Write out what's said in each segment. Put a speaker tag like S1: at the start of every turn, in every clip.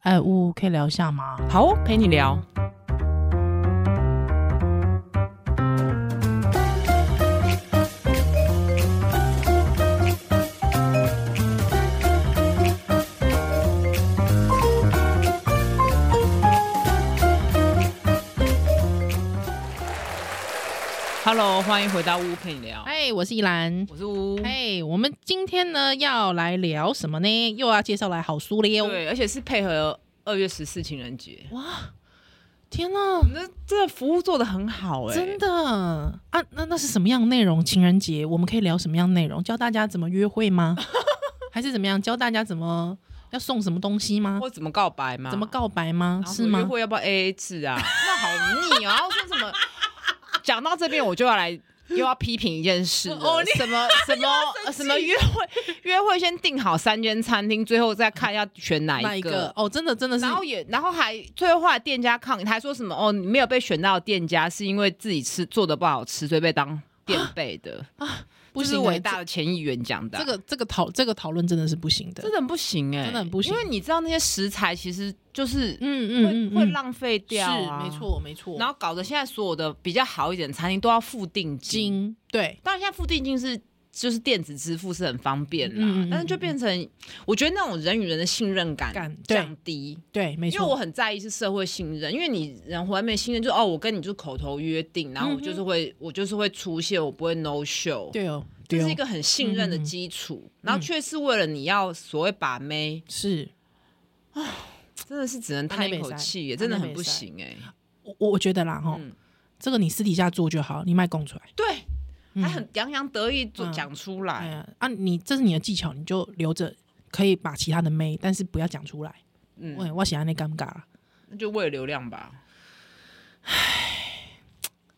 S1: 哎，呜，可以聊一下吗？
S2: 好哦，陪你聊。Hello，欢迎回到屋陪你聊，
S1: 哎，我是依兰。
S2: 我是屋。
S1: 哎，我们今天呢要来聊什么呢？又要介绍来好书了哟！
S2: 对，而且是配合二月十四情人节，
S1: 哇，天呐，
S2: 那这服务做的很好哎、
S1: 真的啊！那那是什么样的内容？情人节我们可以聊什么样的内容？教大家怎么约会 吗？还是怎么样？教大家怎么要送什么东西吗？
S2: 或怎么告白吗？
S1: 怎么告白吗
S2: 啊然？后
S1: 是
S2: 说约
S1: 吗？
S2: 会要不要 A A 制啊？那好腻哦！然后说什么？讲到这边，我就要来又要批评一件事 了
S1: 哦你
S2: 什么什么呃什么约会约会先订好三间餐厅，最后再看要选哪
S1: 哪
S2: 一
S1: 一
S2: 个。
S1: 个？哦，真的真的是
S2: 然后也，然后还最后后来店家抗议，他还说什么哦，你没有被选到的店家是因为自己吃做的不好吃，所以被当垫背的，
S1: 啊不
S2: 这
S1: 行
S2: 是
S1: 欸
S2: 伟大的前议员讲的啊、
S1: 这个这个讨这个讨论真的是不行的
S2: 真。的很不行哎、
S1: 真的很不行
S2: 因为你知道那些食材其实就是会、
S1: 嗯
S2: 会浪费掉、啊，
S1: 是没。错没错。
S2: 然后搞得现在所有的比较好一点的餐厅都要付定金，
S1: 金对
S2: 当然现在付定金是就是电子支付是很方便啦，
S1: 嗯嗯嗯
S2: 但是就变成我觉得那种人与人的信任感
S1: 感对
S2: 降低。
S1: 对没
S2: 因为我
S1: 错，
S2: 很在意是社会信任，因为你人回来没信任就，哦，我跟你就口头约定，然后我就是会、我就是会出现，我不会 no show，
S1: 嗯对嗯哦
S2: 这
S1: 对哦
S2: 是一个很信任的基础，然后却是为了你要所谓把妹，
S1: 是
S2: 真的是只能叹一口气
S1: 安内美塞
S2: 耶，真的很不行哎。
S1: 我我我觉得啦哈
S2: 嗯，
S1: 这个你私底下做就好，你卖供出来。
S2: 对，
S1: 嗯
S2: 还很洋洋得意做
S1: 嗯
S2: 讲出
S1: 哎
S2: 来，
S1: 呀啊，你这是你的技巧，你就留着，可以把其他的妹，但是不要讲出来。
S2: 嗯，
S1: 喂，我喜欢那尴尬啦，
S2: 那就为了流量吧。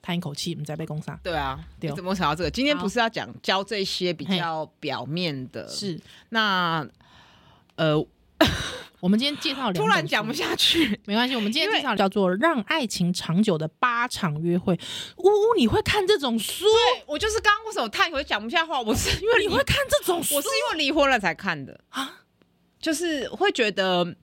S1: 叹一口气，我们再被攻杀。
S2: 对啊，
S1: 对
S2: 你
S1: 哦
S2: 怎么会想到这个？今天
S1: 好
S2: 不是要讲教这些比较表面的，
S1: 是
S2: 那呃，
S1: 我们今天介绍两
S2: 突
S1: 本
S2: 然讲
S1: 书
S2: 不下去，
S1: 没关系，我们今天介绍叫做《让爱情长久的八场约会》。呜呜，你会看这种书？
S2: 我就是刚刚为什么叹口气讲不下话，我是因为
S1: 你
S2: 离
S1: 会看这种书
S2: 我是因为离婚了才看的
S1: 啊？
S2: 就是会觉得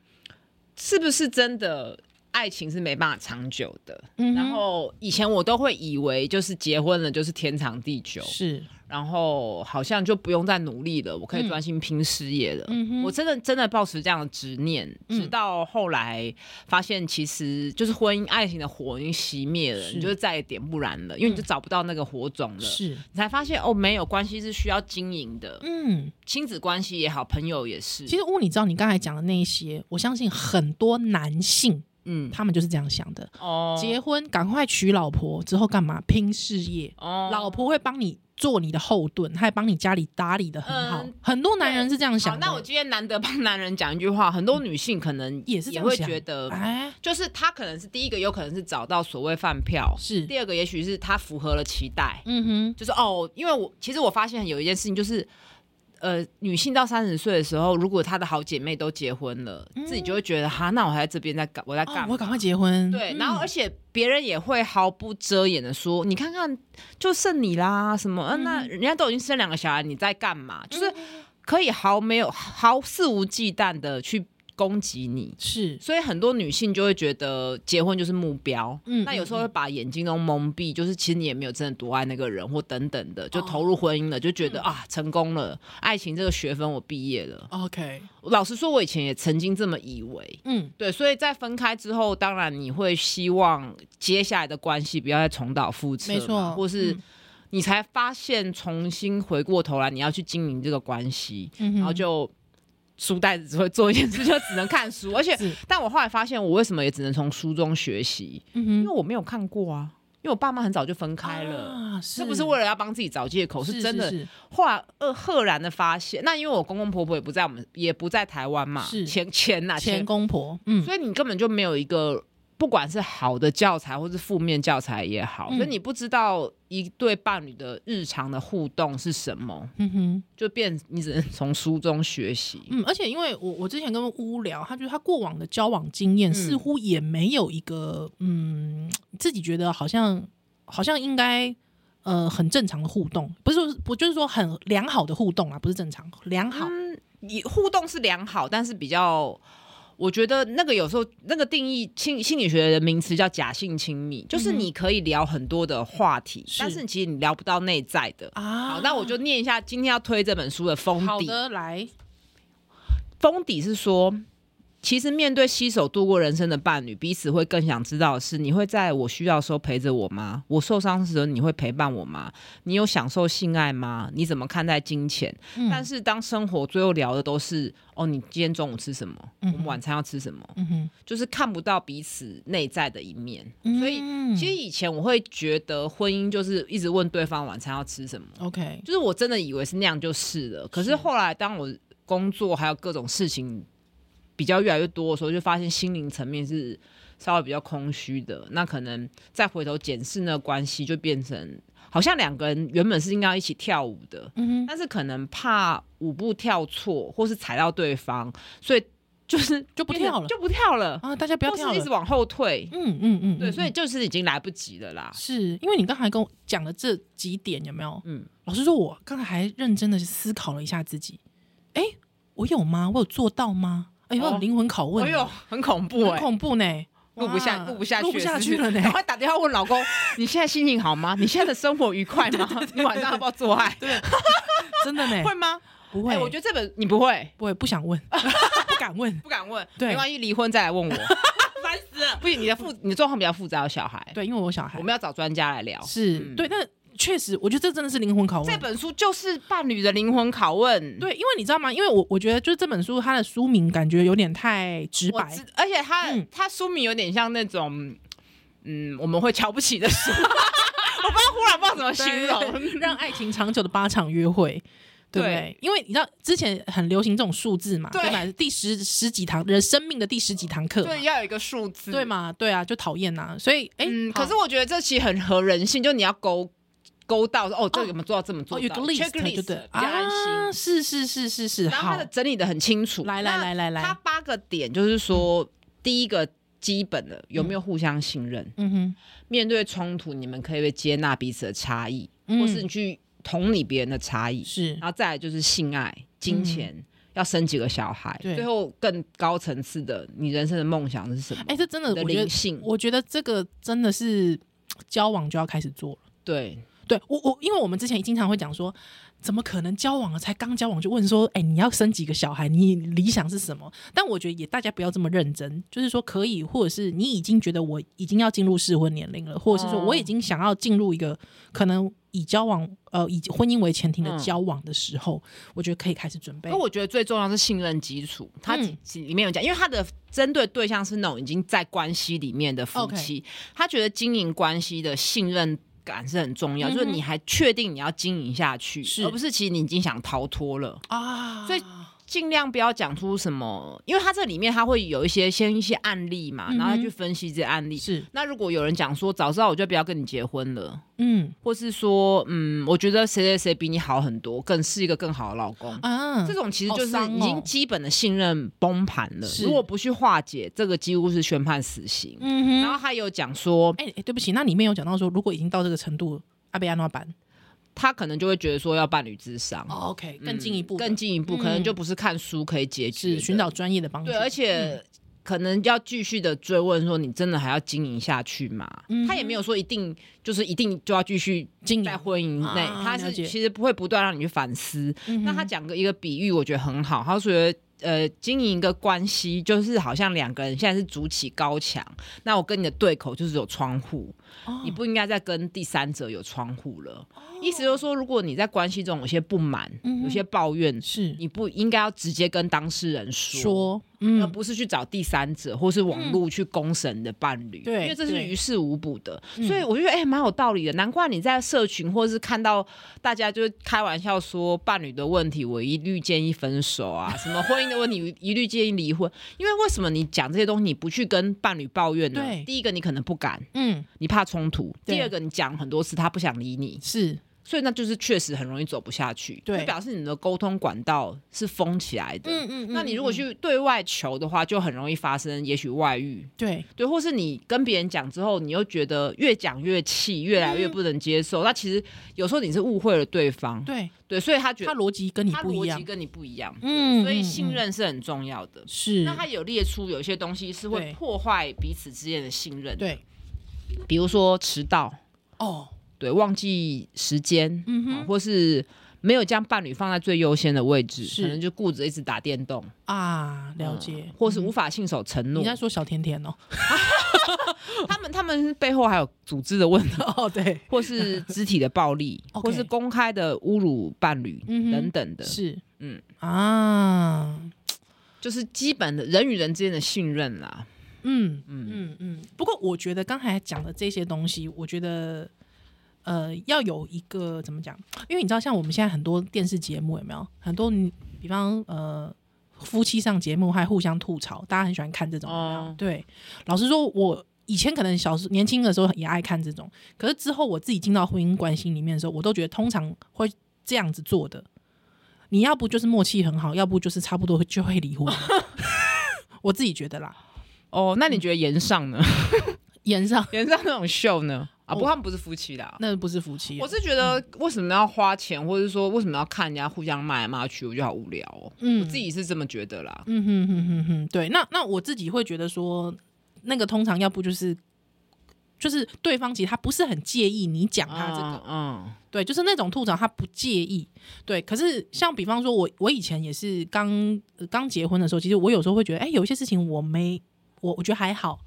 S2: 是不是真的爱情是没办法长久的。
S1: 嗯哼
S2: 然后以前我都会以为就是结婚了就是天长地久，
S1: 是，
S2: 然后好像就不用再努力了，我可以专心拼事业了。
S1: 嗯哼
S2: 我真的真的抱持这样的执念，
S1: 嗯
S2: 直到后来发现，其实就是婚姻爱情的火已经熄灭了，
S1: 是嗯
S2: 你就再也点不燃了，因为你就找不到那个火种了。
S1: 是，
S2: 你才发现哦，没有关系是需要经营的，
S1: 嗯。
S2: 亲子关系也好，朋友也是。
S1: 其实乌，你知道你刚才讲的那一些，我相信很多男性
S2: 嗯，
S1: 他们就是这样想的：
S2: 哦
S1: 结婚赶快娶老婆之后干嘛？拼事业，
S2: 哦
S1: 老婆会帮你做你的后盾，还帮你家里打理的很好
S2: 嗯。
S1: 很多男人是这样
S2: 好，
S1: 想的。
S2: 那我今天难得帮男人讲一句话，很多女性可能
S1: 也是这
S2: 也
S1: 样
S2: 会
S1: 想
S2: 觉得，
S1: 哎，
S2: 就是她可能是第一个，有可能是找到所谓饭票；
S1: 是，
S2: 第二个，也许是她符合了期待，
S1: 嗯哼，
S2: 就是哦，因为我其实我发现有一件事情就是。呃，女性到三十岁的时候，如果她的好姐妹都结婚了，自己就会觉得哈，那我还在这边在干，我在
S1: 嗯哦
S2: 干、
S1: 我
S2: 嘛？
S1: 赶快结婚。
S2: 对，
S1: 嗯
S2: 然后而且别人也会毫不遮掩的说，你看看，就剩你啦，什么？嗯、那人家都已经生两个小孩，你在干嘛？
S1: 嗯
S2: 就是可以毫没有毫肆无忌惮的去攻击你。
S1: 是，
S2: 所以很多女性就会觉得结婚就是目标，
S1: 嗯
S2: 那有时候会把眼睛都蒙蔽，就是其实你也没有真的多爱那个人，或等等
S1: 哦
S2: 的，就投入婚姻了，就觉得、
S1: 嗯
S2: 啊成功了，爱情这个学分我毕业了。
S1: OK，
S2: 老实说，我以前也曾经这么以为，
S1: 嗯，
S2: 对，所以在分开之后，当然你会希望接下来的关系不要再重蹈覆辙嘛，
S1: 没错
S2: 或是
S1: 嗯
S2: 你才发现重新回过头来，你要去经营这个关系，
S1: 嗯哼
S2: 然后就书呆子只会做一件事，就只能看书，而且
S1: 是，
S2: 但我后来发现，我为什么也只能从书中学习，因
S1: 嗯
S2: 为我没有看过啊，因为我爸妈很早就分
S1: 哼，
S2: 开了。
S1: 啊，
S2: 这
S1: 是
S2: 不是为了要帮自己找借口，是真的。
S1: 是
S2: 后来呃赫然的发现，那因为我公公婆婆也不在我们，也不在台湾嘛，
S1: 是
S2: 前前呐、
S1: 前公婆，嗯，
S2: 所以你根本就没有一个，不管是好的教材或是负面教材也好，
S1: 嗯
S2: 所以你不知道一对伴侣的日常的互动是什么，
S1: 嗯哼。
S2: 就变你只能从书中学习。
S1: 嗯，而且因为我我之前跟乌聊，他觉得他过往的交往经验
S2: 嗯
S1: 似乎也没有一个嗯自己觉得好像好像应该呃很正常的互动，不是说不就是说很良好的互动啊，不是正常良好，
S2: 嗯，你互动是良好，但是比较。我觉得那个有时候那个定义心心理学的名词叫假性亲密，就是你可以聊很多的话题，
S1: 嗯是
S2: 但是其实你聊不到内在的。
S1: 啊
S2: 好，那我就念一下今天要推这本书的封
S1: 好
S2: 底。
S1: 的来，
S2: 封底是说，其实面对携手度过人生的伴侣，彼此会更想知道的是：你会在我需要的时候陪着我吗？我受伤的时候你会陪伴我吗？你有享受性爱吗？你怎么看待金钱？
S1: 嗯
S2: 但是当生活最后聊的都是哦，你今天中午吃什么？我们晚餐要吃什么？
S1: 嗯哼，
S2: 就是看不到彼此内在的一面。所以
S1: 嗯
S2: 其实以前我会觉得婚姻就是一直问对方晚餐要吃什么。
S1: OK，
S2: 就是我真的以为是那样就是了。可是后来当我工作还有各种事情比较越来越多的时候，就发现心灵层面是稍微比较空虚的。那可能再回头检视那个关系，就变成好像两个人原本是应该要一起跳舞的，
S1: 嗯哼，
S2: 但是可能怕舞步跳错或是踩到对方，所以就是
S1: 就不跳了
S2: 就不跳了，
S1: 啊，大家不要
S2: 或
S1: 跳
S2: 是一直
S1: 了，
S2: 往后退。
S1: 嗯嗯嗯，
S2: 对，
S1: 嗯
S2: 所以
S1: 嗯
S2: 就是已经来不及了啦。
S1: 是因为你刚才跟我讲的这几点有没有？
S2: 嗯，
S1: 老实说，我刚才还认真的思考了一下自己，哎，我有吗？我有做到吗？哎呦，
S2: 哦
S1: 我有灵魂拷问
S2: 哎
S1: 呢，
S2: 呦，很恐怖哎、
S1: 很恐怖呢，
S2: 录不下，
S1: 哇
S2: 录不下
S1: 啊
S2: 去，
S1: 录不下去
S2: 是
S1: 了
S2: 是
S1: 呢
S2: 赶。快打电话问老公，你现在心情好吗？你现在的生活愉快 吗？你晚上要不要做爱？对，
S1: 真的呢，
S2: 会吗？
S1: 不
S2: 哎，
S1: 会？
S2: 我觉得这本你不会，
S1: 不会，不想问， 不敢问。
S2: 不敢问，
S1: 对
S2: 没关系，离婚再来 问我，烦死了。不行，你的复，你的状况比较复杂，有小孩，
S1: 对，因为我有小孩
S2: 我们要找专家来聊。
S1: 是
S2: 嗯
S1: 对，但确实，我觉得这真的是灵魂拷
S2: 这
S1: 问。
S2: 本书就是伴侣的灵魂拷问，
S1: 对，因为你知道吗？因为我我觉得就是这本书它的书名感觉有点太直
S2: 我
S1: 白，
S2: 知，而且它
S1: 嗯
S2: 它书名有点像那种，嗯，我们会瞧不起的 书，我不知道，忽然不知道怎么 形容。
S1: 对让爱情长久的八场约会。对不对，因为你知道之前很流行这种数字嘛，
S2: 对
S1: 对吧？第十十几堂人生命的第十几堂课嘛，
S2: 对，要有一个数字，
S1: 对嘛？对啊，就讨厌呐。所以，哎，
S2: 嗯，
S1: 好
S2: 可是我觉得这其实很合人性，就你要勾勾到说哦，这
S1: 哦
S2: 个有没有做到，这么
S1: 哦
S2: 做到
S1: 有个 list 就
S2: checklist
S1: 对
S2: 比较安
S1: 啊，
S2: 心。
S1: 是是是是是，
S2: 然后它
S1: 好
S2: 的，整理的很清楚，
S1: 来来来来
S2: 那它
S1: 来，
S2: 八个点就是说，第一个基本的有没有互相信任，
S1: 嗯哼，
S2: 面对冲突你们可以接纳彼此的差异，
S1: 嗯
S2: 或是你去同理别人的差异，
S1: 是嗯
S2: 然后再来就是性爱、金钱。要生几个小孩，
S1: 对
S2: 最后更高层次的，你人生的梦想是什么？
S1: 哎，这真的，
S2: 你的
S1: 我觉
S2: 灵
S1: 得，
S2: 性，
S1: 我觉得这个真的是交往就要开始做了。
S2: 对，
S1: 对我我，因为我们之前经常会讲说，怎么可能交往了才刚交往就问说，哎、你要生几个小孩？你理想是什么？但我觉得也大家不要这么认真，就是说可以，或者是你已经觉得我已经要进入适婚年龄了，或者是说
S2: 哦
S1: 我已经想要进入一个可能以交往呃以婚姻为前提
S2: 嗯
S1: 的交往的时候，我觉得可以开始准备
S2: 那。我觉得最重要是信任基础，它
S1: 嗯
S2: 其里面有讲，因为它的针对对象是那种已经在关系里面的夫
S1: OK
S2: 妻，他觉得经营关系的信任感是很重要，
S1: 嗯哼
S2: 就是你还确定你要经营下去，
S1: 是
S2: 而不是其实你已经想逃脱了。
S1: 啊
S2: 所以尽量不要讲出什么，因为他这里面他会有一些先一些案例嘛，
S1: 嗯哼
S2: 然后他去分析这些案例。
S1: 是
S2: 那如果有人讲说，早知道我就不要跟你结婚了，
S1: 嗯
S2: 或是说，嗯，我觉得谁谁谁比你好很多，更是一个更好的老公，
S1: 啊
S2: 这种其实
S1: 好
S2: 就是
S1: 伤
S2: 已经
S1: 哦
S2: 基本的信任崩盘了。
S1: 是
S2: 如果不去化解，这个几乎是宣判死刑。
S1: 嗯哼，
S2: 然后他有讲说，
S1: 哎、哎对不起，那里面有讲到说，如果已经到这个程度，阿贝安诺版、
S2: 他可能就会觉得说要伴侣智商，
S1: 哦、，OK，
S2: 嗯
S1: 更进一步的、
S2: 更进一步，
S1: 嗯
S2: 可能就不是看书可以解决
S1: 是
S2: 的，
S1: 寻找专业的帮助。
S2: 对，而且。可能要继续的追问说，你真的还要经营下去吗？
S1: 嗯
S2: 他也没有说一定就是一定就要继续
S1: 经
S2: 在
S1: 营，
S2: 婚姻内，
S1: 啊
S2: 他
S1: 了
S2: 是
S1: 解
S2: 其实不会不断让你去反思。
S1: 嗯
S2: 那他
S1: 哼
S2: 讲个一个比喻，我觉得很好，他觉得。呃，经营一个关系就是好像两个人现在是筑起高墙，那我跟你的对口就是有窗户，
S1: 哦
S2: 你不应该再跟第三者有窗户了。意思就是说，如果你在关系中有些不满、
S1: 嗯哼
S2: 有些抱怨，
S1: 是
S2: 你不应该要直接跟当事人说，
S1: 说，
S2: 而
S1: 嗯，
S2: 不是去找第三者或是网络去公审你的伴侣，
S1: 对
S2: 因为这是
S1: 对
S2: 于事无补的。
S1: 嗯
S2: 所以我就觉得，哎、蛮有道理的。难怪你在社群或是看到大家就是开玩笑说伴侣的问题，我一律建议分手啊，什么婚姻的问题，一律建议离婚。因为为什么你讲这些东西，你不去跟伴侣抱怨呢
S1: 对？
S2: 第一个，你可能不敢，
S1: 嗯，
S2: 你怕冲突；
S1: 对
S2: 第二个，你讲很多次，他不想理你，
S1: 是，
S2: 所以那就是确实很容易走不下去。
S1: 对
S2: 就表示你的沟通管道是封起来的。
S1: 嗯嗯嗯
S2: 那你如果去对外求的话，就很容易发生也许外遇，
S1: 对
S2: 对，或是你跟别人讲之后，你又觉得越讲越气，越来越
S1: 嗯
S2: 不能接受。那其实有时候你是误会了对方，
S1: 对，
S2: 对，所以他觉
S1: 他
S2: 得
S1: 逻辑跟你
S2: 他
S1: 不一
S2: 逻
S1: 样
S2: 辑，跟你不一样，
S1: 嗯
S2: 所以
S1: 嗯
S2: 信
S1: 嗯
S2: 任是很重要的。
S1: 是
S2: 那他有列出有一些东西是
S1: 对
S2: 会破坏彼此之间的信任，，
S1: 对
S2: 比如说迟到，
S1: 哦，
S2: 对，忘记时间，
S1: 嗯
S2: 啊
S1: 哼
S2: 或是没有将伴侣放在最优先的位置，
S1: 是
S2: 可能就顾着一直打电动，
S1: 啊，了
S2: 嗯
S1: 解，
S2: 或是
S1: 嗯
S2: 无法信守承诺
S1: 你。在说小甜甜哦，
S2: 他们他们背后还有组织的 问题，
S1: 哦对，
S2: 或是肢体的暴 力，
S1: OK
S2: 或是公开的侮辱伴侣
S1: 嗯哼
S2: 等等的，
S1: 是
S2: 嗯
S1: 啊，
S2: 就是基本的人与人之间的信任啦。
S1: 嗯
S2: 嗯，
S1: 嗯嗯。不过我觉得刚才讲的这些东西，我觉得呃要有一个怎么讲？因为你知道，像我们现在很多电视节目有没有很多女，比方呃夫妻上节目还互相吐槽，大家很喜欢看这种有没有
S2: 哦
S1: 对，老实说，我。以前可能小时年轻的时候也爱看这种，可是之后我自己进到婚姻关系里面的时候，我都觉得通常会这样子做的。你要不就是默契很好，要不就是差不多就会离婚。 我自己觉得 啦，
S2: 哦，那你觉得岩上呢？
S1: 演上
S2: 岩上那种秀呢？啊，
S1: 哦
S2: 不过他们不是夫妻啦。
S1: 那不是夫妻啊了，
S2: 啊我是觉得为什么要花钱，或者说为什么要看人家互相骂来骂去，我觉得好无聊哦。
S1: 嗯
S2: 我自己是这么觉得啦。
S1: 嗯哼哼哼哼，对，那那我自己会觉得说，那个通常要不就是就是对方其实他不是很介意你讲他这个，
S2: 嗯，
S1: 对，就是那种吐槽他不介意，对。可是像比方说我我以前也是刚呃刚结婚的时候，其实我有时候会觉得，哎、有一些事情我没我我觉得还好，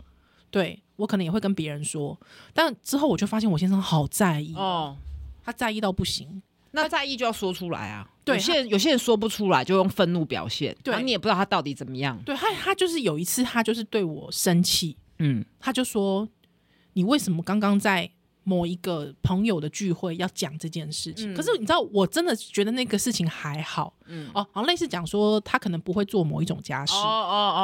S1: 对我可能也会跟别人说，但之后我就发现我先生好在意，
S2: 嗯哦，
S1: 他在意到不行，
S2: 那在意就要说出来啊。
S1: 对
S2: 有些人有些人说不出来，就用愤怒表现，
S1: 对
S2: 然后你也不知道他到底怎么样。
S1: 对他他就是有一次他就是对我生气，
S2: 嗯，
S1: 他就说：“你为什么刚刚在某一个朋友的聚会要讲这件事情？”
S2: 嗯
S1: 可是你知道，我真的觉得那个事情还好，
S2: 嗯
S1: 哦，好像类似讲说他可能不会做某一种家事，
S2: 哦哦哦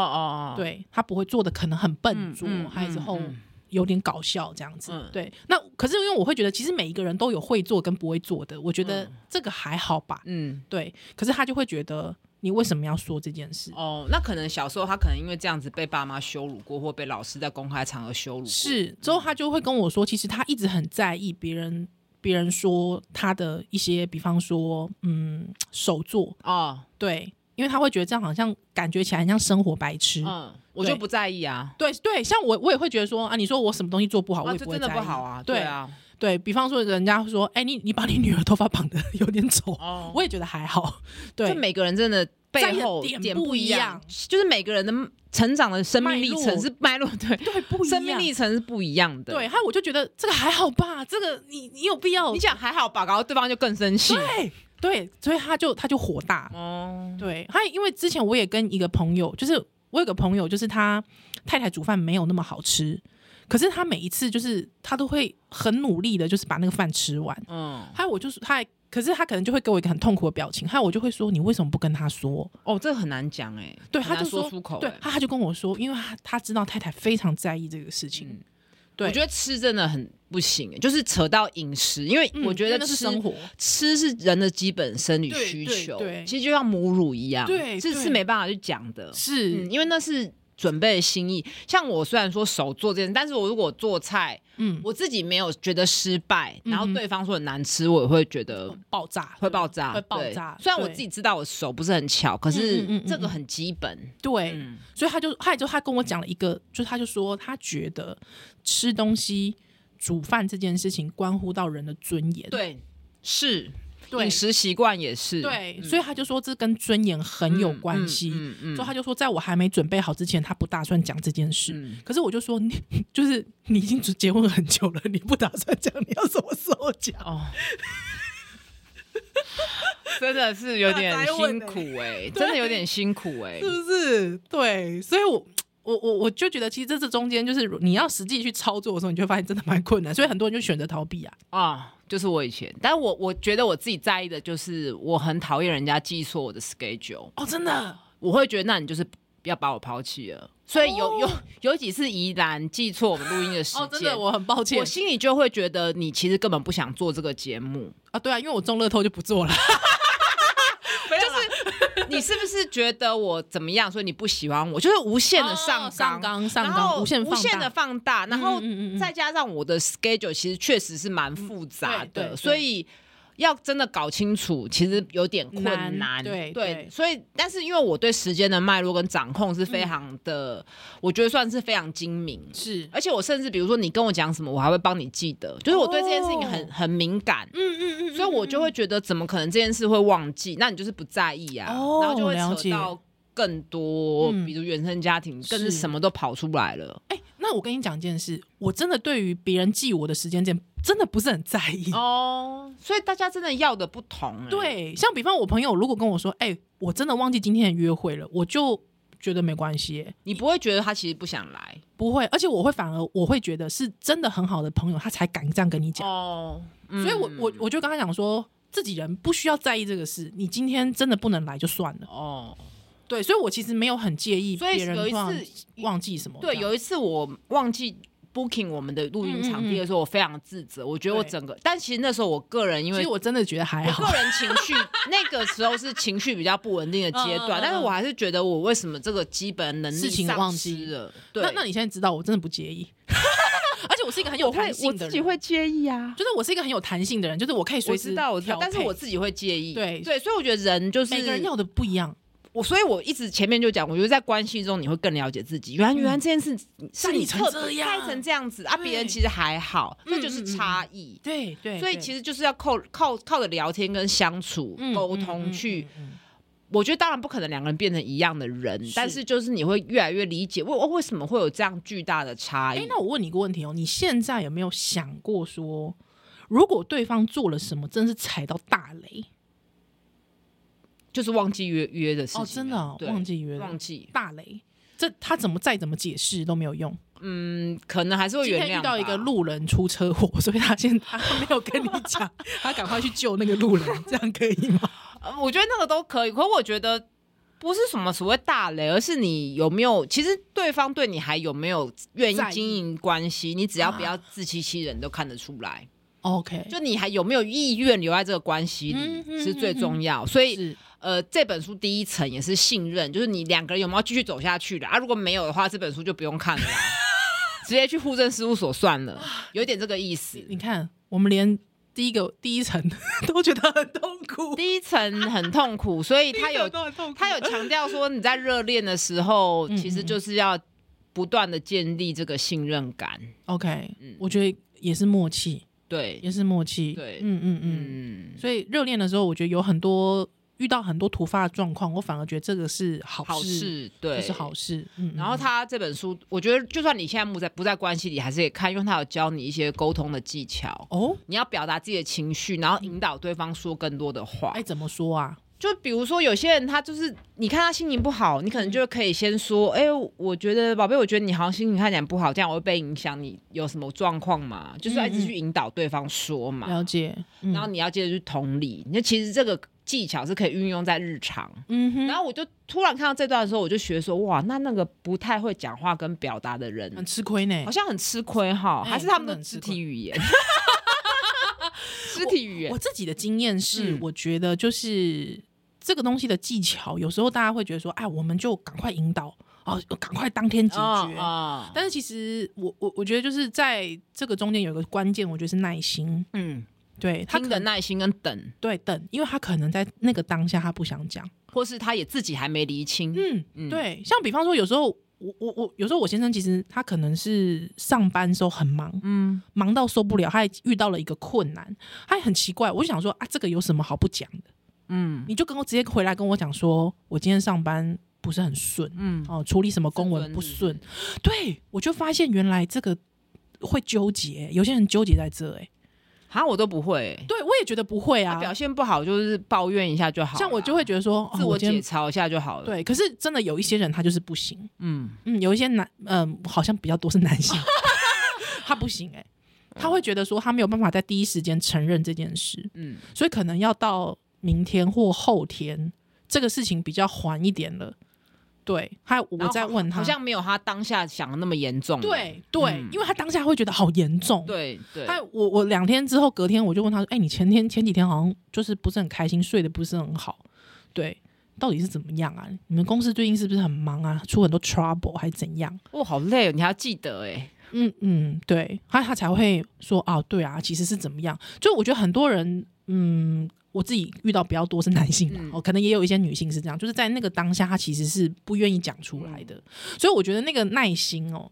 S2: 哦，
S1: 对他不会做的可能很笨拙，
S2: 嗯嗯
S1: 还有之后
S2: 嗯嗯
S1: 有点搞笑这样子。
S2: 嗯
S1: 对，那可是因为我会觉得，其实每一个人都有会做跟不会做的，我觉得这个还好吧。
S2: 嗯，
S1: 对，可是他就会觉得你为什么要说这件事？
S2: 哦，那可能小时候他可能因为这样子被爸妈羞辱过，或被老师在公开场合羞辱过。嗯
S1: 是，之后他就会跟我说，其实他一直很在意别人别人说他的一些，比方说，嗯，手作，
S2: 哦，
S1: 对，因为他会觉得这样好像感觉起来很像生活白痴。
S2: 嗯，我
S1: 对
S2: 就不在意啊。
S1: 对对，像我我也会觉得说啊，你说我什么东西做不好，我
S2: 啊，
S1: 也
S2: 这
S1: 会
S2: 真的
S1: 在
S2: 不
S1: 意
S2: 好啊，
S1: 对
S2: 对，啊，
S1: 对比方说，人家说，哎、你你把你女儿头发绑的有点丑，
S2: 哦，
S1: 我也觉得还好。
S2: 就
S1: 对，
S2: 每个人真的
S1: 在意
S2: 背
S1: 的
S2: 后
S1: 点
S2: 点
S1: 不
S2: 不
S1: 一
S2: 一
S1: 样
S2: 样，就是每个人的成长的生
S1: 脉
S2: 命历
S1: 络
S2: 程是脉络，对，
S1: 对，不一样。
S2: 生命历程是不一样的。
S1: 对，，还有我就觉得这个还好吧，这个你你有必要
S2: 你讲还好吧，然后哦对方就更生气。
S1: 对对，所以他就他就火大，
S2: 哦，
S1: 对，还因为之前我也跟一个朋友，就是我有个朋友，就是他太太煮饭没有那么好吃，可是他每一次就是他都会很努力的，就是把那个饭吃完。
S2: 嗯，
S1: 还有我就是他还，可是他可能就会给我一个很痛苦的表情，还有我就会说你为什么不跟他说？
S2: 哦，这很难讲哎，
S1: 对，
S2: 很
S1: 他
S2: 难
S1: 就
S2: 说出口
S1: 对
S2: 哎，。
S1: 他他就跟我说，因为他他知道太太非常在意这个事情，
S2: 嗯
S1: 对
S2: 我觉得吃真的很不行，就是扯到饮食，因为
S1: 嗯
S2: 我觉
S1: 因为
S2: 得
S1: 那是
S2: 吃
S1: 生活，
S2: 吃是人的基本生理
S1: 对
S2: 需
S1: 对
S2: 求
S1: 对，
S2: 其实就像母乳一样，
S1: 对
S2: 这
S1: 对
S2: 是没办法去讲的。
S1: 是
S2: 嗯，因为那是准备的心意。像我虽然说手做这件事，但是我如果做菜，
S1: 嗯
S2: 我自己没有觉得失败，然后
S1: 嗯哼
S2: 对方说很难吃，我也会觉得
S1: 嗯爆炸，
S2: 会爆炸，
S1: 会爆
S2: 对
S1: 炸
S2: 虽然我
S1: 对
S2: 自己知道我手不是很巧，可
S1: 嗯嗯嗯
S2: 是
S1: 嗯
S2: 这个很基本。
S1: 对，
S2: 嗯，
S1: 所以他就，他也就他跟我讲了一个，就是他就说他觉得吃东西、煮饭这件事情关乎到人的尊严，
S2: 对，是
S1: 对
S2: 饮食习惯也是，
S1: 对，
S2: 嗯
S1: 所以他就说这跟尊严很有关系。
S2: 嗯嗯
S1: 所以他
S2: 就
S1: 就说，在我还没准备好之前，他不打算讲这件事。
S2: 嗯
S1: 可是我就说，你就是你已经结婚很久了，你不打算讲，你要什么时候讲？
S2: 哦。 真的是有点
S1: 大灾问
S2: 辛
S1: 欸
S2: 苦哎、真的有点辛苦哎、
S1: 是不是？对，所以我。我我我就觉得，其实这这中间就是你要实际去操作的时候，你就会发现真的蛮困难，所以很多人就选择逃避啊。
S2: 啊，就是我以前，但我我觉得我自己在意的就是，我很讨厌人家记错我的 schedule，
S1: 哦，真的，
S2: 我会觉得那你就是不要把我抛弃了，所以有、有有几次怡然记错我们录音的时间，
S1: 哦，真的，我很抱歉
S2: 我心里就会觉得你其实根本不想做这个节目，
S1: 啊，对啊，因为我中乐透就不 做了。
S2: 就是你是不是觉得我怎么样，所以你不喜欢我，就是无限的上
S1: 哦
S2: 纲。
S1: 上纲，上
S2: 然后
S1: 纲，无限放
S2: 无限
S1: 大
S2: 的放大，然后
S1: 嗯嗯嗯嗯
S2: 再加上我的 schedule 其实确实是蛮复杂
S1: 对对
S2: 的，
S1: 对
S2: 所以要真的搞清楚其实有点困
S1: 难
S2: 难。
S1: 对
S2: 对
S1: 对，嗯
S2: 所以但是因为我对时间的脉络跟掌控是非常的，我觉得算是非常精明。
S1: 是，
S2: 而且我甚至比如说你跟我讲什么，我还会帮你记得，就是我对这件事情很
S1: 哦
S2: 很敏感。
S1: 嗯嗯嗯，
S2: 所以我就会觉得，怎么可能这件事会忘记？那你就是不在意啊，
S1: 哦
S2: 然后就会
S1: 了
S2: 扯
S1: 解
S2: 到更多，
S1: 嗯
S2: 比如原生家庭，更
S1: 是
S2: 是什么都跑出来了。
S1: 哎、那我跟你讲一件事，我真的对于别人记我的时间点真的不是很在意。
S2: 哦，所以大家真的要的不同、欸，，
S1: 对，像比方我朋友如果跟我说，哎、我真的忘记今天的约会了，我就觉得没关系耶、
S2: 你不会觉得他其实不想来
S1: 不会，而且我会反而我会觉得是真的很好的朋友，他才敢这样跟你讲。
S2: 哦，
S1: 所以我我我就跟他讲说，自己人不需要在意这个事，你今天真的不能来就算了。
S2: 哦，
S1: 对，所以我其实没有很介意
S2: 所以
S1: 别人
S2: 有一
S1: 忘
S2: 次
S1: 忘记什么这
S2: 对，
S1: 样。
S2: 有一次我忘记 booking 我们的录音场地的时候，我非常自责，我觉得我
S1: 嗯对
S2: 整个，但其实那时候我个人因
S1: 其
S2: 为
S1: 实。我真的觉得还
S2: 我
S1: 好。
S2: 个人情绪那个时候是情绪比较不稳定的阶
S1: 嗯嗯
S2: 段，
S1: 嗯
S2: 但是我还是觉得我为什么这个基本能力
S1: 事情
S2: 丧
S1: 忘
S2: 失
S1: 记
S2: 了？对，
S1: 那那你现在知道，我真的不介 意，而且我是一个很有
S2: 我会
S1: 弹
S2: 我
S1: 性的
S2: 自
S1: 人，
S2: 己会介意啊，
S1: 就是我是一个很有弹性的人，就是我可以随
S2: 我
S1: 时
S2: 知道我知道
S1: 调，配
S2: 但是我自己会介意，
S1: 对
S2: 对，所以我觉得人就是
S1: 每个人要的不一样，
S2: 我所以我一直前面就讲，我觉得在关系中你会更了解自己。原来、原来这件事是嗯你
S1: 在意
S2: 特
S1: 成这样
S2: 在意成这样子啊，
S1: 对
S2: 别人其实还好，
S1: 嗯
S2: 这就是差异。
S1: 对对，
S2: 所以其实就是要靠靠靠着聊天跟相处
S1: 嗯
S2: 沟
S1: 嗯嗯
S2: 通
S1: 嗯
S2: 去。
S1: 嗯
S2: 我觉得当然不可能两个人变成一样的人，
S1: 是
S2: 但是就是你会越来越理解为为什么会有这样巨大的差
S1: 哎、
S2: 异。
S1: 那我问你一个问题哦，你现在有没有想过说，如果对方做了什么，真是踩到大雷
S2: 就是忘记约约的事情啊，
S1: 哦，真的、哦、
S2: 对
S1: 忘记约了
S2: 忘记，
S1: 大雷，这他怎么再怎么解释都没有用。
S2: 嗯，可能还是会
S1: 今
S2: 原
S1: 天
S2: 谅。
S1: 遇到一个，路人出车祸， 所以他现在他没有跟你讲，他赶快去救那个路人，这样可以吗？
S2: 呃我觉得那个都可以，可我觉得不是什么所谓大雷，而是你有没有，其实对方对你还有没有愿意
S1: 在意
S2: 经营关系，你只要不要自欺欺人，都看得出来。
S1: OK，
S2: 就你还有没有意愿留在这个关系
S1: 嗯
S2: 里
S1: 嗯
S2: 是最重要。所以
S1: 是
S2: 呃，这本书第一层也是信任，就是你两个人有没有继续走下去的啊？如果没有的话，这本书就不用看了啦。直接去户政事务所算了，有点这个意思。
S1: 你看，我们连第一个第一层 都觉得很痛苦，
S2: 第一层很痛苦，所以他有
S1: 都很痛苦，
S2: 他有强调说，你在热恋的时候，
S1: 嗯
S2: 其实就是要不断的建立这个信任感。
S1: OK，、
S2: 嗯
S1: 我觉得也是默契，
S2: 对，
S1: 也是默契。
S2: 对
S1: 嗯嗯嗯。
S2: 嗯，
S1: 所以热恋的时候，我觉得有很多遇到很多突发的状况，我反而觉得这个是好
S2: 好
S1: 事，
S2: 事对
S1: 这是好。事。嗯，嗯
S2: 然后他这本书，我觉得就算你现在不在不在关系里，还是可以看，因为他有教你一些沟通的技巧。
S1: 哦，
S2: 你要表达自己的情绪，然后引导对方说更多的话。
S1: 哎，怎么说啊？
S2: 就比如说，有些人他就是，你看他心情不好，你可能就可以先说：“
S1: 嗯
S2: 哎、我觉得宝贝，我觉得你好像心情看起来不好，这样我会被影响，你有什么状况吗？”就是要一直去引导对方说嘛，
S1: 了解。嗯
S2: 然后你要接着去同理。那其实这个技巧是可以运用在日常。
S1: 嗯哼，
S2: 然后我就突然看到这段的时候，我就学说：“哇，那那个不太会讲话跟表达的人，
S1: 很吃亏呢
S2: 好。像很吃亏哈，
S1: 哎
S2: 还是他
S1: 真
S2: 们
S1: 的
S2: 的
S1: 很吃
S2: 肢
S1: 亏
S2: 体语 言。” 肢体语言
S1: 我，自己的经验是，
S2: 嗯
S1: 我觉得就是这个东西的技巧，有时候大家会觉得说，哎，我们就赶快引导，哦，赶快当天解决。
S2: 啊，
S1: 但是其实我我我觉得就是在这个中间有一个关键，我觉得是耐心。
S2: 嗯，
S1: 对他
S2: 听
S1: 可
S2: 的
S1: 能
S2: 耐心跟等，
S1: 对等，因为他可能在那个当下他不想讲。
S2: 或是他也自己还没厘清。
S1: 嗯，
S2: 嗯
S1: 对，像比方说有时候我我我有时候我先生其实他可能是上班的时候很忙，
S2: 嗯，
S1: 忙到受不了，他也遇到了一个困难，他也很奇怪。我就想说啊，这个有什么好不讲的？
S2: 嗯
S1: 你就跟我直接回来跟我讲说，我今天上班不是很顺。
S2: 嗯，
S1: 哦，处理什么公文不顺，对我就发现原来这个会纠结，有些人纠结在这、欸，
S2: 好像我都不会、欸，
S1: 对我也觉得不会
S2: 他
S1: 啊，
S2: 表现不好就是抱怨一下就好啦，啊
S1: 像我就会觉得说，哦、
S2: 自
S1: 我
S2: 我
S1: 今
S2: 解
S1: 天
S2: 嘲一下就好了。，
S1: 对，可是真的有一些人他就是不行，
S2: 嗯，
S1: 嗯，有一些男，嗯、好像比较多是男性， 他不行、欸，他会觉得说他没有办法在第一时间承认这件事，
S2: 嗯，
S1: 所以可能要到明天或后天，这个事情比较缓一点了。对，还有我在问他
S2: 好，像没有他当下想的那么严重。
S1: 嗯对对、
S2: 嗯
S1: 因为他当下会觉得好严重，
S2: 对对，
S1: 哎，我我两天之后，隔天我就问他说：“哎、你前天前几天好像就是不是很开心，睡得不是很好，对，到底是怎么样啊？你们公司最近是不是很忙啊？出很多 trouble 还是怎样
S2: 哇，好累哦，你还要记得哎，？”
S1: 嗯嗯，对，他他才会说：“哦，对啊，其实是怎么样？”就我觉得很多人，嗯，我自己遇到比较多是男性嘛，
S2: 嗯
S1: 哦，可能也有一些女性是这样，就是在那个当下，他其实是不愿意讲出来
S2: 嗯
S1: 的，所以我觉得那个耐心哦，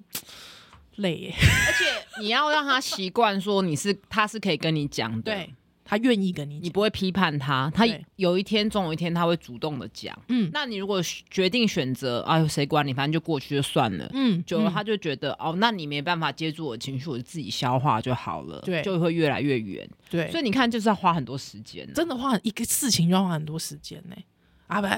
S1: 累耶，
S2: 而且 你要让他习惯说你是他是可以跟你讲的，
S1: 对，他愿意跟你
S2: 你
S1: 讲，
S2: 不会批判他，他
S1: 对
S2: 有一天总有一天他会主动的讲。
S1: 嗯
S2: 那你如果决定选择，哎呦谁管你，反正就过去就算了。
S1: 嗯，
S2: 久了，
S1: 嗯
S2: 他就觉得、哦，那你没办法接住我的情绪，我就自己消化就好了，
S1: 对
S2: 就会越来越远。
S1: 对
S2: 所以你看，就是要花很多时间啊，
S1: 真的花很一个事情就要花很多时间呢、啊不，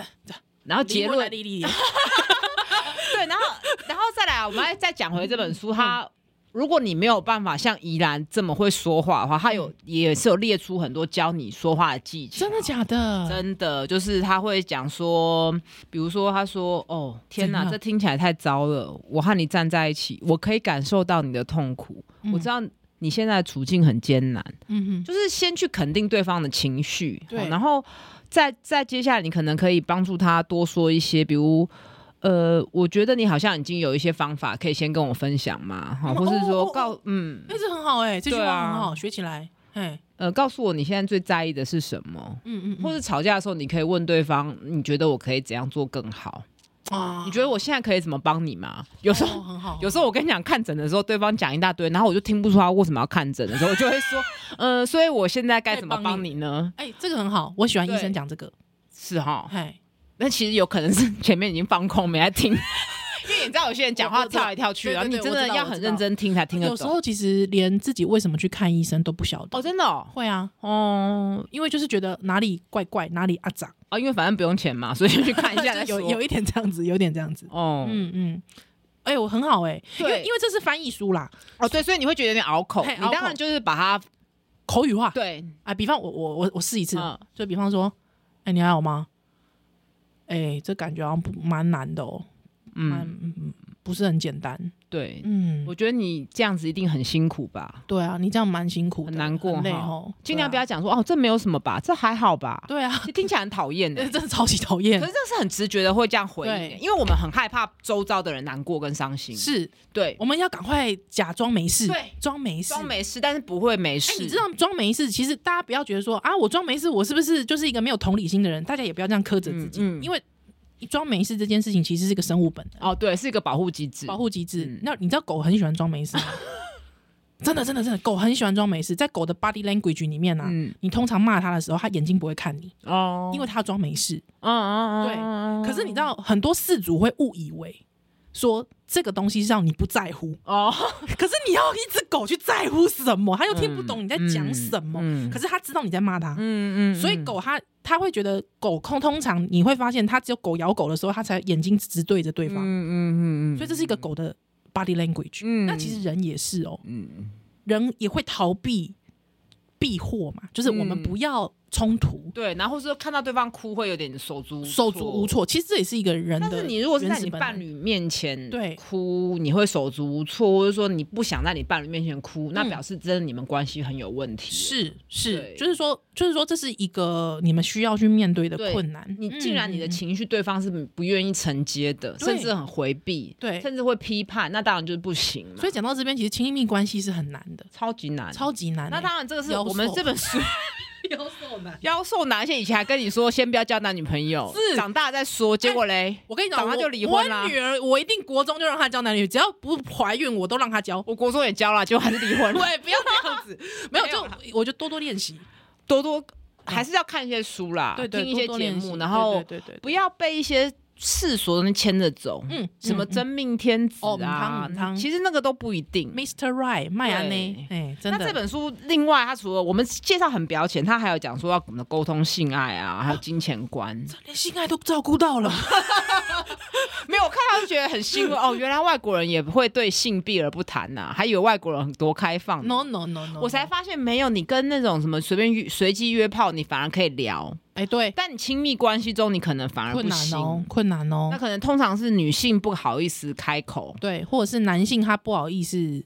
S2: 然后结论
S1: 丽丽，
S2: 对，然后然后再来啊，我们还再讲回这本
S1: 嗯
S2: 书，它如果你没有办法像怡兰这么会说话的话，它有也是有列出很多教你说话的技巧，
S1: 嗯真的假的？
S2: 真的，就是他会讲说，比如说他说：“哦，天
S1: 怎
S2: 哪，
S1: 样
S2: 这听起来太糟了。我和你站在一起，我可以感受到你的痛苦，
S1: 嗯
S2: 我知道你现在的处境很艰难。”
S1: 嗯
S2: 就是先去肯定对方的情绪，
S1: 对
S2: 好然后再再接下来，你可能可以帮助他多说一些，比如。呃，我觉得你好像已经有一些方法可以先跟我分享嘛，好，
S1: 嗯
S2: 或是
S1: 哦哦
S2: 说
S1: 哦
S2: 告，嗯
S1: 哼，，哎、这很好哎、这句
S2: 对
S1: 话
S2: 啊
S1: 很好，学起来，哎，
S2: 呃，告诉我你现在最在意的是什么，
S1: 嗯嗯，
S2: 或者吵架的时候，你可以问对方，你觉得我可以怎样做更好？
S1: 者啊
S2: 你觉得我现在可以怎么帮你吗？有时候，
S1: 哦很好，
S2: 有时候我跟你讲看诊的时候，对方讲一大堆，然后我就听不出他为什么要看诊的时候，我就会说，呃，所以我现在该怎么帮你呢？
S1: 哎、这个很好，我喜欢医
S2: 对
S1: 生讲这个，
S2: 是哈，
S1: 哎，
S2: 那其实有可能是前面已经放空没在听， 因为你知道有些人讲
S1: 我
S2: 话
S1: 我知道
S2: 跳来跳去，
S1: 对对
S2: 然后你
S1: 对
S2: 真
S1: 我
S2: 的
S1: 知道
S2: 要
S1: 我
S2: 很
S1: 知道
S2: 认真听才听得
S1: 有时
S2: 懂。
S1: 候其实连自己为什么去看医生都不晓得，
S2: 哦，真的哦，
S1: 会啊，
S2: 哦
S1: 因为就是觉得哪里怪怪，哪里阿杂，
S2: 啊，因为反正不用钱嘛，所以就去看一 下再
S1: 有
S2: 说。
S1: 有一点这样子，有点这样子，
S2: 哦，
S1: 嗯嗯，哎、我很好哎、因为
S2: 对
S1: 因为这是翻译书啦，
S2: 哦，对，所以你会觉得有点拗口，
S1: 嘿
S2: 你当
S1: 拗口
S2: 然就是把它
S1: 口语化，
S2: 对
S1: 啊，比方我我我我试一次，
S2: 嗯
S1: 就比方说，哎、你还好吗？哎、这感觉好像不蛮难的哦，蛮、
S2: 嗯
S1: 嗯不是很简单。
S2: 对，
S1: 嗯，
S2: 我觉得你这样子一定很辛苦吧？
S1: 对啊，你这样蛮辛苦的，
S2: 很难过
S1: 很累
S2: 哈
S1: 哦，
S2: 尽量不要讲说、哦，这没有什么吧，这还好吧，
S1: 对啊，
S2: 其实听起来很讨厌欸
S1: 对
S2: 的
S1: 啊。真的超级讨
S2: 嗯 可
S1: 厌
S2: 是。这是很直觉的会这样回应
S1: 对
S2: 欸，因为我们很害怕周遭的人难过跟伤心。
S1: 是，
S2: 对，
S1: 我们要赶快假装没事，
S2: 对，
S1: 装没事，
S2: 装。没事，但是不会没
S1: 哎、
S2: 事。
S1: 你知道装没事，其实大家不要觉得说啊，我装没事，我是不是就是一个没有同理心的人？大家也不要这样苛责自己，
S2: 嗯嗯
S1: 因为装没事这件事情其实是一个生物本能。
S2: 哦，对，是一个保护机制。
S1: 保护机制。
S2: 嗯
S1: 那你知道狗很喜欢装没事吗？ 真的，真的，真的，狗很喜欢装没事。在狗的 body language 里面呢、啊，
S2: 嗯
S1: 你通常骂它的时候，它眼睛不会看你，
S2: 哦，
S1: 因为它装没事。
S2: 嗯嗯嗯，
S1: 对
S2: 嗯
S1: 可是你知道，很多事主会误以为说这个东西让你不在乎，
S2: 哦，
S1: 可是你要一只狗去在乎什么？它又听不懂你在讲什么。
S2: 嗯
S1: 可是它知道你在骂它，
S2: 嗯嗯
S1: 所以狗它它会觉得狗通通常你会发现，它只有狗咬狗的时候，它才眼睛直对着对
S2: 嗯
S1: 方。
S2: 嗯嗯嗯，
S1: 所以这是一个狗的 body language。
S2: 嗯
S1: 那其实人也是哦，
S2: 嗯
S1: 人也会逃避避祸嘛，就是我们
S2: 嗯
S1: 不要冲突，
S2: 对，然后是看到对方哭会有点手足
S1: 手足无。措。其实这也是一个人的
S2: 但
S1: 原始本能，
S2: 是你如果是在你伴侣面前
S1: 对
S2: 哭，你会手足无措，或者说你不想在你伴侣面前哭，那
S1: 嗯
S2: 表示真的你们关系很有问题。，
S1: 是是，
S2: 对
S1: 就是说，就是说，这是一个你们需要去面对的
S2: 对
S1: 困难。
S2: 你
S1: 嗯
S2: 既然你的
S1: 嗯
S2: 情绪对方是不愿意承接的，
S1: 对
S2: 甚至很回避，
S1: 对
S2: 甚至会批判，那当然就是不行嘛。
S1: 所以讲到这边，其实亲密关系是很难的，
S2: 超级难，
S1: 超级难欸、
S2: 那当然，这个是
S1: 妖
S2: 我们
S1: 兽
S2: 这本书
S1: 妖兽难。
S2: 妖兽男，而且以前还跟你说先不要交男女朋 友，
S1: 是哎
S2: 长大再说。结果嘞，
S1: 我跟你讲，
S2: 长大
S1: 我
S2: 就离婚啦
S1: 我女儿，我一定国中就让她交男女，只要不怀孕，我都让她交。
S2: 我国中也交了，结果还是离婚了。
S1: 对，不要这样子，没有
S2: 没有啦
S1: 就我就多多练习，
S2: 多多还是要看一些书啦，
S1: 对对，
S2: 啊听一些
S1: 多多
S2: 节
S1: 练习
S2: 目，然后
S1: 对对对对，
S2: 不要被一些世俗的东西牵着走。
S1: 嗯，
S2: 什么
S1: 嗯嗯
S2: 真命天子
S1: 哦母
S2: 啊
S1: 汤母汤？
S2: 其实那个都不一定。
S1: Mr. Right 麦安呢？哎，真
S2: 那
S1: 的，
S2: 这本书另外，它除了我们介绍很表浅，它还有讲说要怎么沟通性爱啊，还有金 钱观。
S1: 连性爱都照顾到了，
S2: 没有，我看到就觉得很欣慰 哦，原来外国人也会对性避而不谈呐、还以为外国人很多开放呢。
S1: no no no no，
S2: 我才发现没有，你跟那种什么随便约随机约炮，你反而可以聊，
S1: 哎、对，
S2: 但你亲密关系中，你可能反而
S1: 困
S2: 不
S1: 难
S2: 行。
S1: 哦，困难哦
S2: 那，可能通常是女性不好意思开口。
S1: 对，或者是男性他不好意思，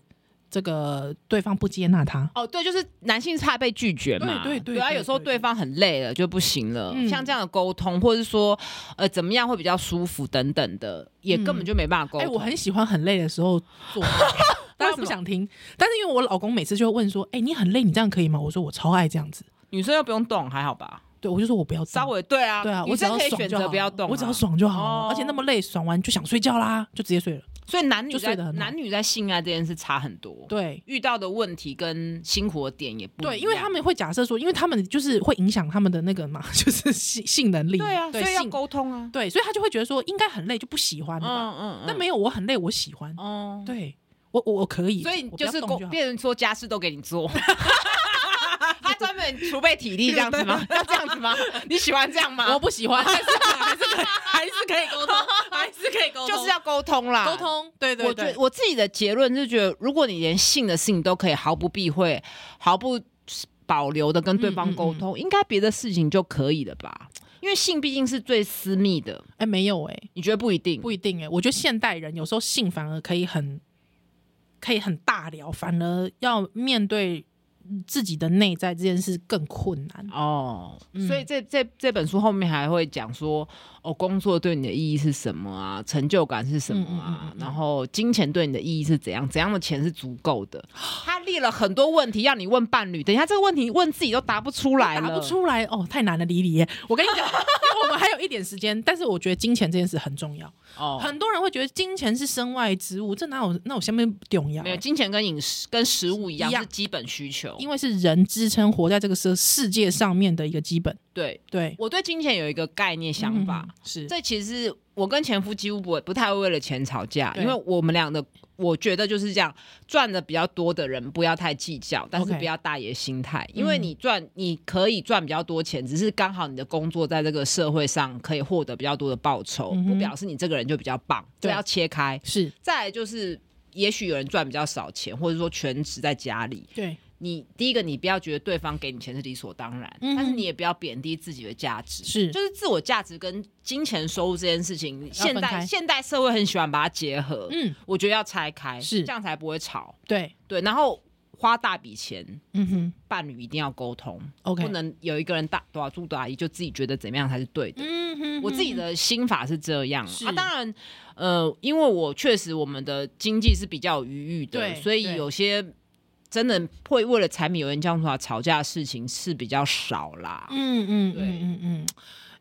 S1: 这个对方不接纳他，
S2: 哦，对，就是男性是怕被拒绝嘛，
S1: 对对对
S2: 啊，
S1: 对
S2: 有时候
S1: 对
S2: 对方很累了就不行了，
S1: 嗯
S2: 像这样的沟通，或者是说，呃，怎么样会比较舒服等等的，也根本就没办法沟
S1: 哎、
S2: 通。
S1: 我很喜欢很累的时候做， 大家不想听，但是因为我老公每次就会问说，哎、你很累，你这样可以吗？我说我超爱这样子，
S2: 女生又不用动，还好吧？
S1: 对我就说我不要动
S2: 稍微对啊，
S1: 嗯对啊，
S2: 女
S1: 我只
S2: 生
S1: 要
S2: 可以
S1: 爽
S2: 选
S1: 就好
S2: 择
S1: 了，
S2: 不要动、啊
S1: 我只要，爽就好了
S2: 哦
S1: 而且那么累，爽完就想睡觉啦，就直接睡了。
S2: 所以男女
S1: 就
S2: 在
S1: 睡得很好
S2: 男女在性爱这件事差很多，
S1: 对
S2: 遇到的问题跟辛苦的点也不一样
S1: 对，因为他们会假设说，因为他们就是会影响他们的那个嘛， 就是性性能力，
S2: 对啊，所
S1: 对
S2: 以要
S1: 性
S2: 沟通啊，
S1: 对，所以他就会觉得说应该很累就不喜欢了吧？
S2: 嗯嗯，
S1: 但没有我很累，我喜欢，
S2: 哦，
S1: 对我我我可以，
S2: 所以
S1: 我不
S2: 就
S1: 要
S2: 是
S1: 动
S2: 公
S1: 好
S2: 变成说家事都给 你做。他专门储备体力这样子吗？
S1: 啊
S2: 要这样子吗？ 你喜欢这样吗？
S1: 我不喜欢， 但是还是可以还是可以沟通，还是可以 沟通，
S2: 就是要沟通啦，
S1: 沟。通，对对
S2: 我觉
S1: 对
S2: 得，我自己的结论是觉得，如果你连性的事情都可以毫不避讳、毫不保留的跟对
S1: 嗯
S2: 方沟通，应该别的事情就可以了吧？因为性毕竟是最私密的，
S1: 哎没有哎、
S2: 你觉得不一定？
S1: 不一定哎、我觉得现代人有时候性反而可以很可以很大聊，反而要面对自己的内在这件事更困难。
S2: 哦，
S1: 嗯
S2: 所以这这这本书后面还会讲说，哦，工作对你的意义是什么啊？成就感是什么
S1: 嗯嗯
S2: 啊？
S1: 嗯嗯嗯
S2: 然后金钱对你的意义是怎样？怎样的钱是足够的？他列了很多问题让你问伴侣，等一下这个问题问自己都答不出来了，
S1: 答不出来哦，太难了，李李耶。我跟你讲，因 为我们还有一点时间，但是我觉得金钱这件事很重要。
S2: 哦。
S1: 很多人会觉得金钱是身外之物，这哪有那我下面不重要、
S2: 没有，金钱跟饮食跟食物一样
S1: 一样
S2: 是基本需求。
S1: 因为是人支撑活在这个世世界上面的一个基本。
S2: 对
S1: 对，
S2: 我对金钱有一个概念想法，
S1: 嗯是
S2: 这其实我跟前夫几乎不会不太会为了钱吵架，
S1: 对
S2: 因为我们俩的我觉得就是这样，赚的比较多的人不要太计较，但是
S1: OK 嗯
S2: 不要大爷心态，因为你赚你可以赚比较多钱，只是刚好你的工作在这个社会上可以获得比较多的报酬，
S1: 嗯哼
S2: 不表示你这个人就比较棒，这
S1: 对
S2: 要切开。
S1: 是，
S2: 再来就是。也许有人赚比较少钱，或者说全职在家里，
S1: 对，
S2: 你第一个你不要觉得对方给你钱是理所当然，
S1: 嗯哼
S2: 但是你也不要贬低自己的价值。
S1: 是
S2: 就是自我价值跟金钱收入这件事情，现
S1: 分
S2: 代
S1: 开
S2: 现代社会很喜欢把它结合，
S1: 嗯，
S2: 我觉得要拆开，
S1: 是
S2: 这样才不会吵。
S1: 对，
S2: 对，然后花大笔钱，
S1: 嗯哼
S2: 伴侣一定要沟通
S1: ，OK，
S2: 不能有一个人大多少住多少姨就自己觉得怎么样才是对的。
S1: 嗯哼
S2: 我自己，的心法是这样
S1: 是
S2: 啊，当然，呃，因为我确实我们的经济是比较有余裕的，
S1: 对
S2: 所以
S1: 对
S2: 有些真的会为了柴米油盐酱醋茶吵架的事情是比较少啦。
S1: 嗯嗯嗯
S2: 对
S1: 嗯嗯，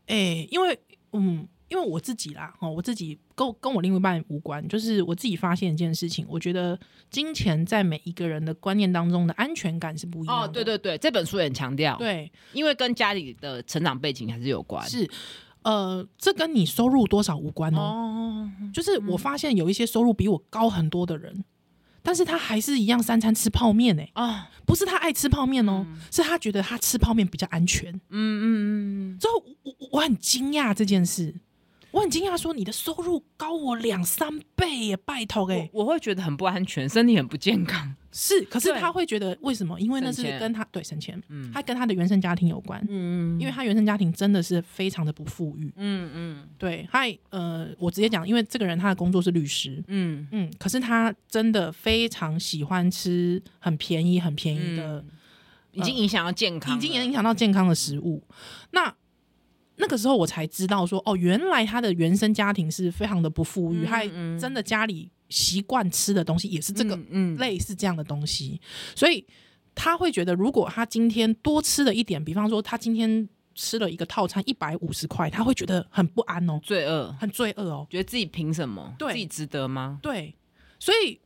S1: 哎、因为嗯，因为我自己啦，哦，我自己跟我跟我另一半无关，就是我自己发现一件事情，我觉得金钱在每一个人的观念当中的安全感是不一样的。
S2: 哦，对对对，这本书也很强调，，
S1: 对，
S2: 因为跟家里的成长背景还是有关。
S1: 是。呃，这跟你收入多少无关哦。
S2: 哦，
S1: 就是我发现有一些收入比我高很多的人，但是他还是一样三餐吃泡面哎、
S2: 啊，
S1: 不是他爱吃泡面哦，是他觉得他吃泡面比较安全。
S2: 嗯嗯嗯，
S1: 之后我我我很惊讶这件事，我很惊讶说你的收入高我两三倍耶，拜托哎、
S2: 嗯我我会觉得很不安全，身体很不健康。
S1: 是，可是
S2: 对
S1: 他会觉得为什么？因为那
S2: 省
S1: 是
S2: 钱
S1: 跟他对省钱，
S2: 嗯
S1: 他跟他的原生家庭有关，
S2: 嗯
S1: 因为他原生家庭真的是非常的不富裕。
S2: 嗯嗯
S1: 对，嗨，呃，我直接讲，因为这个人他的工作是律师，
S2: 嗯
S1: 嗯，可是他真的非常喜欢吃很便宜、很便宜的，
S2: 嗯已经影响到健康了，
S1: 已经影响到健康的食物。那那个时候我才知道说，哦，原来他的原生家庭是非常的不富裕，
S2: 嗯
S1: 还
S2: 嗯
S1: 真的家里习惯吃的东西也是这个
S2: 嗯嗯
S1: 类似这样的东西，所以他会觉得，如果他今天多吃了一点，比方说他今天吃了一个套餐一百五十块，他会觉得很不安哦，
S2: 罪恶，
S1: 很罪恶哦。
S2: 觉得自己凭什么？
S1: 对
S2: 自己值得吗？
S1: 对，所以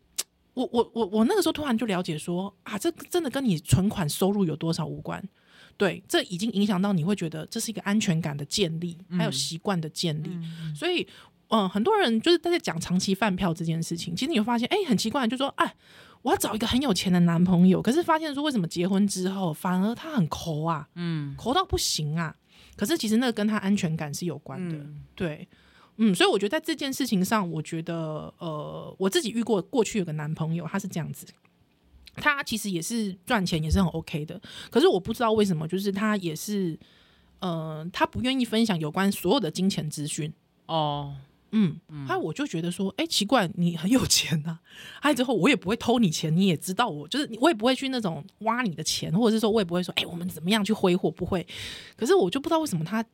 S1: 我我我我那个时候突然就了解说啊，这真的跟你存款收入有多少无关。对，这已经影响到你会觉得这是一个安全感的建立，还
S2: 嗯
S1: 有习惯的建立。所以，嗯、很多人就是在讲长期饭票这件事情，其实你会发现，哎、很奇怪，就说，哎，我要找一个很有钱的男朋友，可是发现说，为什么结婚之后反而他很抠啊，
S2: 嗯，
S1: 抠到不行啊？可是其实那个跟他安全感是有关的。
S2: 嗯
S1: 对，嗯，所以我觉得在这件事情上，我觉得呃，我自己遇过过去有个男朋友，他是这样子，他其实也是赚钱也是很 OK 的，可是我不知道为什么，就是他也是呃，他不愿意分享有关所有的金钱资讯。
S2: 哦，
S1: 嗯，那我就觉得说，哎、奇怪，你很有钱呐、还有之后我也不会偷你钱，你也知道我，就是我也不会去那种挖你的钱，或者是说我也不会说，哎、我们怎么样去挥霍，不会。可是我就不知道为什么他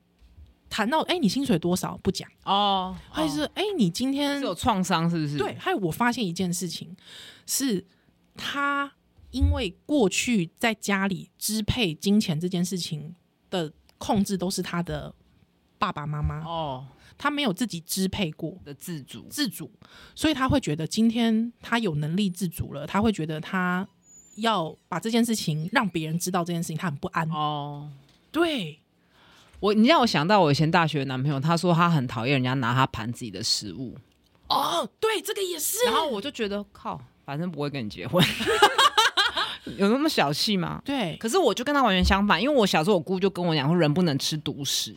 S1: 谈到，哎、你薪水多少不讲，
S2: 哦，
S1: 还是哎、你今天
S2: 是有创伤是不是？
S1: 对，，还有我发现一件事情，是他因为过去在家里支配金钱这件事情的控制都是他的爸爸妈妈，
S2: 哦
S1: 他没有自己支配过
S2: 的自主，
S1: 自主，所以他会觉得今天他有能力自主了，他会觉得他要把这件事情让别人知道这件事情，他很不安。
S2: 哦。
S1: 对，
S2: 我，你让我想到我以前大学的男朋友，他说他很讨厌人家拿他盘子里的食物，
S1: 哦，对，这个也是。
S2: 然后我就觉得靠，反正不会跟你结婚， 有那么小气吗？
S1: 对，
S2: 可是我就跟他完全相反，因为我小时候我姑就跟我讲说人不能吃独食，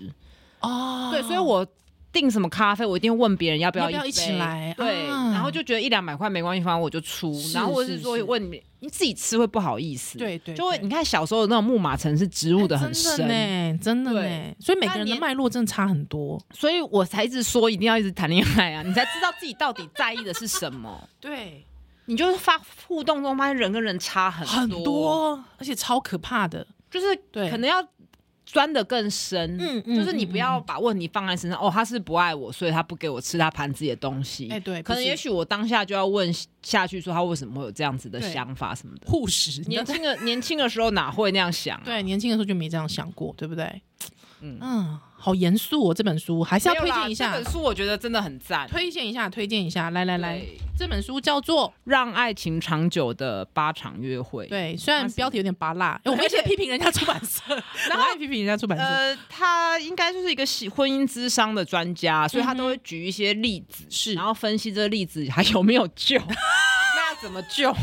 S1: 哦，
S2: 对，所以我订什么咖啡我一定问别人要不
S1: 要不
S2: 一
S1: 要一起
S2: 杯
S1: 来
S2: 对，
S1: 啊
S2: 然后就觉得一两百块没关系，反正我就出，
S1: 是
S2: 然后或者
S1: 是
S2: 是说
S1: 是
S2: 问你你自己吃会不好意思，
S1: 对对
S2: 就会
S1: 对
S2: 你看小时候的那种木马城是植入的
S1: 哎
S2: 很
S1: 真的
S2: 深，
S1: 呢，真的呢
S2: 对，
S1: 所以每个人
S2: 那
S1: 的
S2: 你
S1: 脉络真的差很多。
S2: 所以我才一直说一定要一直谈恋爱啊，你 才知道自己到底在意的是什么。
S1: 对，
S2: 你就是发互动中发现人跟人差很
S1: 很多，而且超可怕的。
S2: 就是
S1: 对
S2: 可能要钻得更深，
S1: 嗯嗯
S2: 就是你不要把问题放在身上。哦，他是不爱我，所以他不给我吃他盘子里的东西。
S1: 哎对
S2: 可
S1: 不
S2: 能
S1: 是
S2: 也许我当下就要问下去，说他为什么会有这样子的
S1: 对
S2: 想法什么的。
S1: 护食，你知道
S2: 年轻的年轻的时候哪会那样想、啊？
S1: 对年轻的时候就没这样想过，对不对？
S2: 嗯
S1: 嗯，好严肃哦，这本书还是
S2: 没
S1: 要
S2: 有
S1: 推
S2: 啦，
S1: 荐一下
S2: 这，本书，我觉得真的很赞。
S1: 推荐一下，推荐一下。来来来，
S2: 对
S1: 这本书叫做
S2: 让爱情长久的八场约会。，
S1: 对，虽然
S2: 它是
S1: 标题有点拔辣，哎我们一直在批评人家出版 社，然
S2: 然后
S1: 后批评人家出版社，
S2: 呃，他应该就是一个喜婚姻智商的专家，所以他都会举一些例子，
S1: 嗯是
S2: 然后分析这个例子还有没有 救，那怎么救？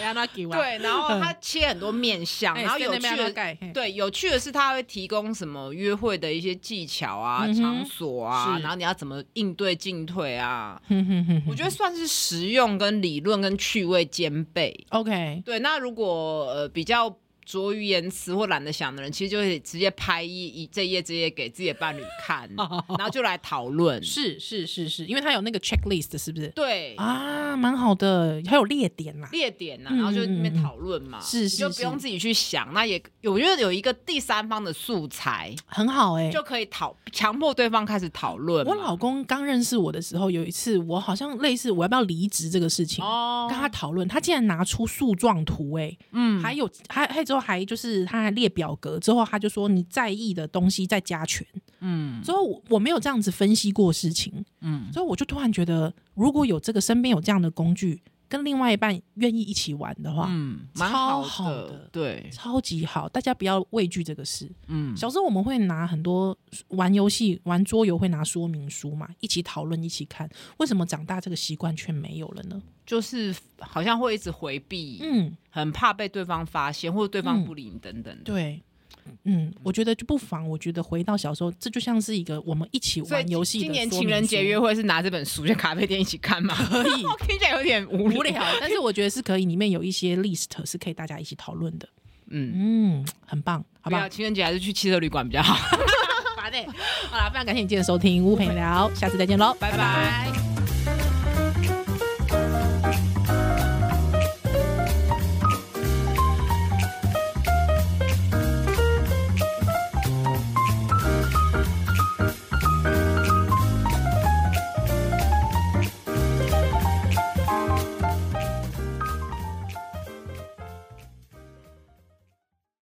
S1: 让他给完，
S2: 对，然后他切很多面相，
S1: 嗯哎
S2: 然后有趣的。
S1: 盖，嘿
S2: 对，有趣的是他会提供什么约会的一些技巧啊、
S1: 嗯哼
S2: 场所啊，
S1: 是
S2: 然后你要怎么应对进退啊，
S1: 哼嗯哼哼
S2: 我
S1: 哼
S2: 觉得算是实用跟理论跟趣味兼备。
S1: ，OK，
S2: 对，那如果呃比较拙于言辞或懒得想的人，其实就会直接拍一一这一页这一页给自己的伴侣 看，然后就来讨论。
S1: 哦是是是是，因为它有那个 checklist，是不是？
S2: 对，
S1: 啊，嗯蛮好的，还有列点啦。
S2: 列点呐、啊，然后就那边讨论嘛，
S1: 是是
S2: 你就不用
S1: 是
S2: 自己去想。那也我觉得有一个第三方的素材，
S1: 很好哎、
S2: 就可以讨强迫对方开始讨论嘛。
S1: 我老公刚认识我的时候，有一次我好像类似我要不要离职这个事情，
S2: 哦
S1: 跟他讨论，他竟然拿出诉状图、欸，
S2: 嗯
S1: 还有还还之后还就是他还列表格，之后他就说你在意的东西再加权。
S2: 嗯
S1: 之后我我没有这样子分析过事情，
S2: 嗯，
S1: 之后我就突然觉得，如果有这个身边有这样的工具，跟另外一半愿意一起玩的话，
S2: 嗯，蛮
S1: 超
S2: 好
S1: 好
S2: 的，
S1: 的
S2: 对，
S1: 超级好，大家不要畏惧这个事。
S2: 嗯，
S1: 小时候我们会拿很多玩游戏、玩桌游会拿说明书嘛，一起讨论、一起看。为什么长大这个习惯却没有了呢？
S2: 就是好像会一直回避，
S1: 嗯，
S2: 很怕被对方发现或者对方不理你等等的。
S1: 对，嗯，我觉得就不妨，我觉得回到小时候，这就像是一个我们一起
S2: 所以
S1: 玩游戏的
S2: 今年
S1: 说
S2: 情人
S1: 明
S2: 节
S1: 书
S2: 约会是拿这本书去咖啡店一起看吗？
S1: 可 以
S2: 听起来有点无
S1: 无聊
S2: 聊。，
S1: 但是我觉得是可以，里面有一些 list 是可以大家一起讨论的。
S2: 嗯，
S1: 嗯，很棒，好不
S2: 好吧，
S1: 好？
S2: 情人节还是去汽车旅馆比较好。
S1: 好啦，非常感谢你今天的收听，乌陪聊，下次再见喽，
S2: 拜拜。